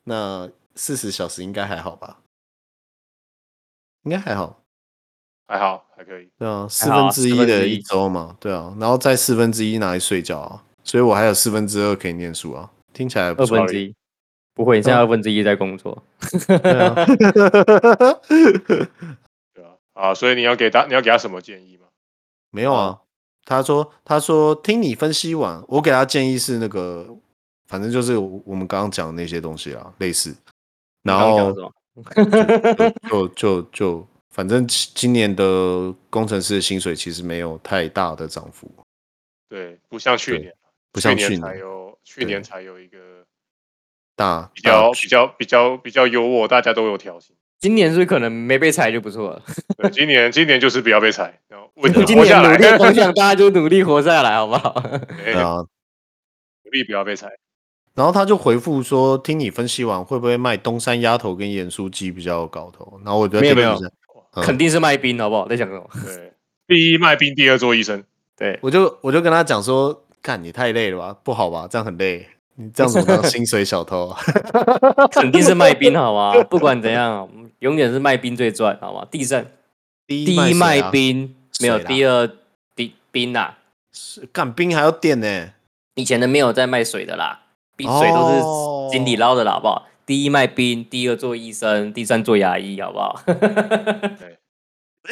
Speaker 3: 那四十小时应该还好吧？应该还好，
Speaker 2: 还好，还可以。
Speaker 3: 对啊，四
Speaker 1: 还好
Speaker 3: 分
Speaker 1: 啊
Speaker 3: 之一
Speaker 1: 4分之
Speaker 3: 的一
Speaker 1: 一
Speaker 3: 周嘛，对啊，然后再四分之一拿来睡觉啊，所以我还有四分之二可以念书啊，听起来还不
Speaker 1: 二
Speaker 3: 错
Speaker 1: 分之一，不会，你现在二分之一在工作。
Speaker 3: 对啊
Speaker 2: 对啊，啊，所以你要给他，你要给他什么建议吗？
Speaker 3: 没有啊
Speaker 1: 哦，
Speaker 3: 他说他说听你分析完，我给他建议是那个，反正就是我我们刚刚讲的那些东西啊，类似，然
Speaker 1: 刚刚讲
Speaker 3: 后
Speaker 1: 什么
Speaker 3: 就就就反正今今年的工程师的薪水其实没有太大的涨幅，
Speaker 2: 对，不像去
Speaker 3: 对
Speaker 2: 年，
Speaker 3: 不像
Speaker 2: 去
Speaker 3: 去
Speaker 2: 年才
Speaker 3: 年
Speaker 2: 有，去年才有一个
Speaker 3: 大
Speaker 2: 比
Speaker 3: 大
Speaker 2: 较比较比较比较优渥，大家都有调薪。
Speaker 1: 今年是不是可能没被裁就不 错了。
Speaker 2: 对，今年今年就是不要被裁，然后稳
Speaker 1: 今
Speaker 2: 活
Speaker 1: 年
Speaker 2: 下
Speaker 1: 努
Speaker 2: 来，
Speaker 1: 力方向，大家就努力活下来，好不好？
Speaker 2: 对
Speaker 3: 对啊，
Speaker 2: 努力不要被裁。
Speaker 3: 然后他就回复说：“听你分析完，会不会卖东山鸭头跟盐酥鸡比较有搞头？”然后我觉得
Speaker 1: 没有
Speaker 3: 听
Speaker 1: 没
Speaker 3: 了
Speaker 1: 有
Speaker 3: 一下，嗯
Speaker 1: 肯定是卖冰，好不好？在讲什 么？
Speaker 2: 对，第一卖冰，第二做医生。
Speaker 1: 对，
Speaker 3: 我就我就跟他讲说：“干，你太累了吧，不好吧，这样很累，你这样怎么当薪水小偷啊？
Speaker 1: 肯定是卖冰，啊好吗？不管怎样，永远是卖冰最赚，好吗？第三，
Speaker 3: 第
Speaker 1: 第
Speaker 3: 一
Speaker 1: 一卖
Speaker 3: 水啊，
Speaker 1: 冰，没有
Speaker 3: 水啦
Speaker 1: 第二冰冰啊啦。
Speaker 3: 是干冰还要电呢、
Speaker 1: 以前的没有在卖水的啦，冰水都
Speaker 3: 哦
Speaker 1: 是井底捞的啦，好不好？第一卖冰，第二做医生，第三做牙医，好不好？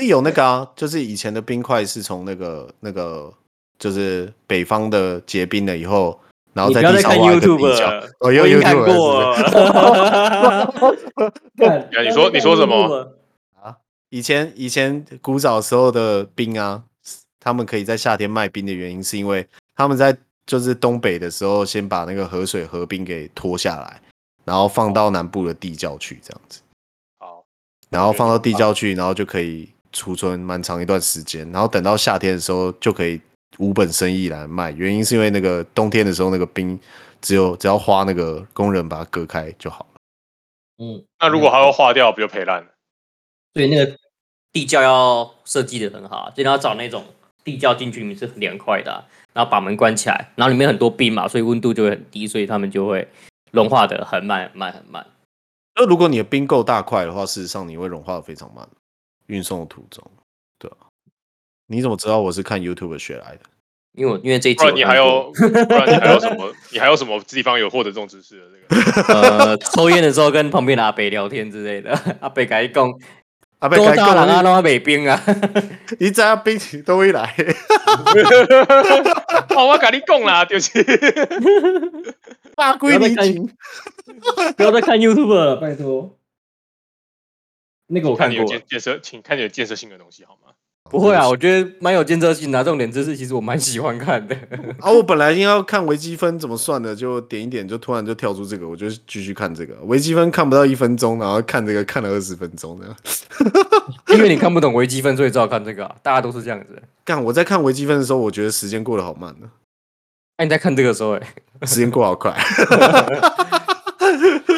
Speaker 3: 有那个啊，就是以前的冰块是从那个那个就是北方的结冰了以后，然后
Speaker 1: 你
Speaker 3: 在
Speaker 1: 不要
Speaker 3: 地
Speaker 1: 再
Speaker 3: 上
Speaker 1: 看
Speaker 3: 挖一个
Speaker 1: YouTube
Speaker 3: 冰窖
Speaker 1: 了，，
Speaker 3: 哦，
Speaker 1: 我
Speaker 3: 有
Speaker 1: 已经
Speaker 3: 有
Speaker 1: 看过了。 看
Speaker 2: 呀你说你说什么？
Speaker 3: 以前以前古早时候的冰啊，他们可以在夏天卖冰的原因，是因为他们在就是东北的时候，先把那个河水河冰给拖下来，然后放到南部的地窖去，这样子，
Speaker 2: 好，
Speaker 3: 然后放到地窖去，然后就可以储存蛮长一段时间，然后等到夏天的时候就可以无本生意来卖。原因是因为那个冬天的时候，那个冰只有只要花那个工人把它割开就好了。
Speaker 1: 嗯，
Speaker 2: 那如果还要化掉，不就赔烂了？
Speaker 1: 所以那个地窖要设计的很好，所以你要找那种地窖进去里面是很凉快的啊、然后把门关起来，然后里面很多冰嘛，所以温度就会很低，所以它们就会融化的很慢很慢很慢。
Speaker 3: 那如果你的冰够大块的话，事实上你会融化的非常慢，运送的途中，对啊。你怎么知道我是看 YouTube 学来的？
Speaker 1: 因为我因为这一集
Speaker 2: 不然你
Speaker 1: 我
Speaker 2: 还
Speaker 1: 看过
Speaker 2: 有，不然你还有什么？你还有什么地方有获得这种知识的？这个
Speaker 1: 呃抽烟的时候跟旁边的阿北聊天之类的， 阿北改讲
Speaker 3: 啊，被
Speaker 1: 多
Speaker 3: 改
Speaker 1: 大人啊，
Speaker 3: 了，
Speaker 1: 都北冰啊，
Speaker 3: 一家冰都会来。
Speaker 2: 哦，我跟你讲啦，就是
Speaker 3: 大
Speaker 1: 不
Speaker 3: 龟
Speaker 1: 要再
Speaker 3: 你
Speaker 1: 看
Speaker 3: 请，
Speaker 1: 不要再看 YouTube 了，拜托。那个我看
Speaker 2: 你有
Speaker 1: 过了，
Speaker 2: 建建设，请看你有建设性的东西好吗？
Speaker 1: 不会啊，我觉得蛮有建设性的啊、这种冷知识其实我蛮喜欢看的。
Speaker 3: 啊，我本来应该要看微积分怎么算的，就点一点，就突然就跳出这个，我就继续看这个微积分，看不到一分钟，然后看这个看了二十分钟这样。
Speaker 1: 因为你看不懂微积分，所以只好看这个啊、大家都是这样子。
Speaker 3: 干，我在看微积分的时候，我觉得时间过得好慢呢，
Speaker 1: 那、你在看这个时候、欸，
Speaker 3: 时间过得好快。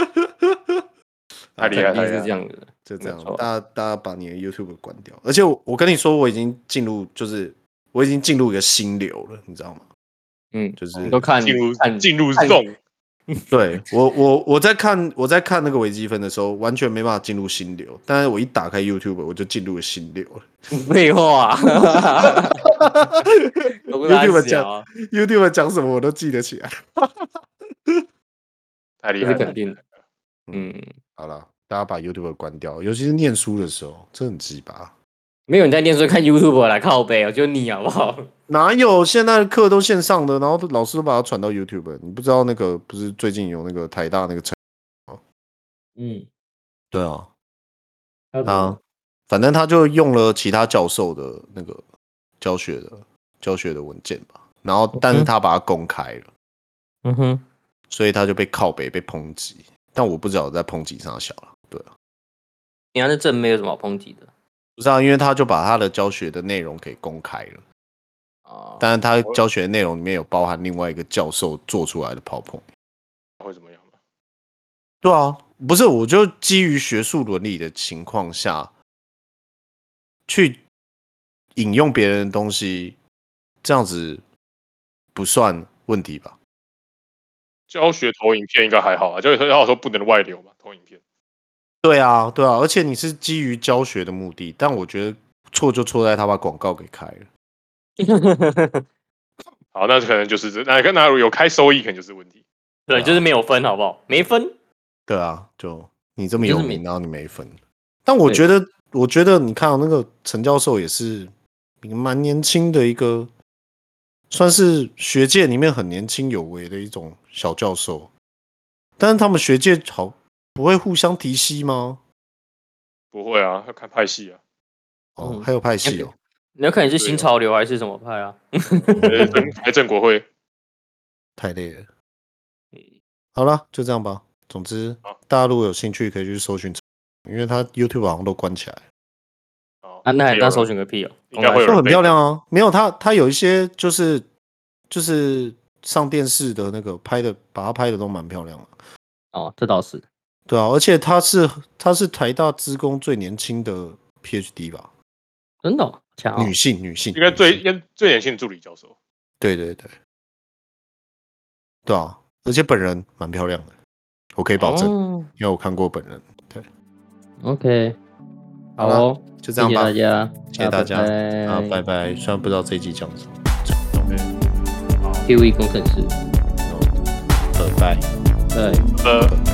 Speaker 2: 太厉害
Speaker 3: 啊
Speaker 1: 肯定
Speaker 2: 了！
Speaker 1: 是这样子的。
Speaker 3: 就这
Speaker 1: 没
Speaker 3: 样
Speaker 1: 错，
Speaker 3: 大家大家把你的 YouTube 关掉。而且我我跟你说，我已经进入就是我已经进入一个心流了，你知道吗？
Speaker 4: 嗯，
Speaker 3: 就是
Speaker 4: 都看
Speaker 2: 进入
Speaker 4: 看
Speaker 2: 进入
Speaker 4: 看
Speaker 2: zone，
Speaker 3: 对我我我在看我在看那个微积分的时候，完全没办法进入心流，但是我一打开 YouTube，我就进入了心流了。
Speaker 4: 废话、 啊，我跟大家
Speaker 3: YouTube
Speaker 1: 啊
Speaker 4: 讲，
Speaker 3: YouTube 讲什么我都记得起来。
Speaker 2: 太厉
Speaker 4: 这
Speaker 2: 害
Speaker 4: 是
Speaker 2: 了
Speaker 4: 肯。定的。嗯，
Speaker 3: 好了，大家把 YouTube 关掉，尤其是念书的时候，这很鸡巴。
Speaker 4: 没有人在念书看 YouTube 来靠背哦，就你好不好？
Speaker 3: 哪有现在的课都线上的，然后老师都把它传到 YouTube？你不知道那个不是最近有那个台大那个陈？
Speaker 4: 嗯，
Speaker 3: 对啊，啊，反正他就用了其他教授的那个教学的教学的文件吧，然后但是他把它公开了，
Speaker 4: 嗯哼，
Speaker 3: 所以他就被靠北被抨击，但我不知道我在抨击啥小了。对啊，
Speaker 4: 你要是正妹有什么好抨击的
Speaker 3: 不知道、因为他就把他的教学的内容给公开了，
Speaker 4: 啊？
Speaker 3: 但是他教学的内容里面有包含另外一个教授做出来的 PowerPoint。
Speaker 2: 会怎么样吗？
Speaker 3: 对啊，不是，我就基于学术伦理的情况下，去引用别人的东西，这样子不算问题吧？
Speaker 2: 教学投影片应该还好啊，教学投影片好说不能外流嘛，投影片。
Speaker 3: 对啊，对啊，而且你是基于教学的目的，但我觉得错就错在他把广告给开了。
Speaker 2: 好，那可能就是这，那那如果有开收益，可能就是问题。
Speaker 4: 对，啊就是没有分，好不好？没分，
Speaker 3: 对啊，就你这么
Speaker 4: 你就
Speaker 3: 有
Speaker 4: 是
Speaker 3: 名，
Speaker 4: 没
Speaker 3: 然后你没分，但我觉得，我觉得你看、啊、那个陈教授也是蛮年轻的一个，算是学界里面很年轻有为的一种小教授，但是他们学界好不会互相提息吗？
Speaker 2: 不会啊，要看派系啊。
Speaker 3: 哦，
Speaker 4: 嗯
Speaker 3: 还有 派系哦，
Speaker 4: 你要看你是新潮流还是什么派啊？
Speaker 2: 呃政财政国会
Speaker 3: 太累了。好了，就这样吧。总之
Speaker 2: 好，
Speaker 3: 大家如果有兴趣可以去搜寻，因为他 YouTube 好像都关起来了。
Speaker 2: 啊
Speaker 4: 啊，那还那搜
Speaker 2: 去
Speaker 4: 寻个屁哦！
Speaker 2: 应该会有
Speaker 3: 就
Speaker 2: 人
Speaker 3: 很
Speaker 2: 被
Speaker 3: 漂亮啊。没有他，他有一些就是就是上电视的那个拍的，把他拍的都蛮漂亮的。
Speaker 4: 哦，这倒是
Speaker 3: 对啊，而且他是他是台大职工最年轻的 PhD 吧，
Speaker 4: 真的哦强哦
Speaker 3: 女性女性
Speaker 2: 应该最
Speaker 3: 女
Speaker 2: 应
Speaker 3: 性
Speaker 2: 该最年轻的助理教授，
Speaker 3: 对对对，对啊，而且本人蛮漂亮的，我可以保证，
Speaker 4: 哦
Speaker 3: 因为我看过本人。
Speaker 4: OK，
Speaker 3: 好
Speaker 4: 好
Speaker 3: 啦
Speaker 4: 哦，
Speaker 3: 就这
Speaker 4: 谢
Speaker 3: 样
Speaker 4: 谢
Speaker 3: 吧，
Speaker 4: 大家，
Speaker 3: 谢谢大家啊，
Speaker 4: 拜
Speaker 3: 拜拜。虽然不知道这一集讲什么，
Speaker 4: ，QE 工程师，
Speaker 3: 呃，拜。
Speaker 4: 对。
Speaker 2: 呃。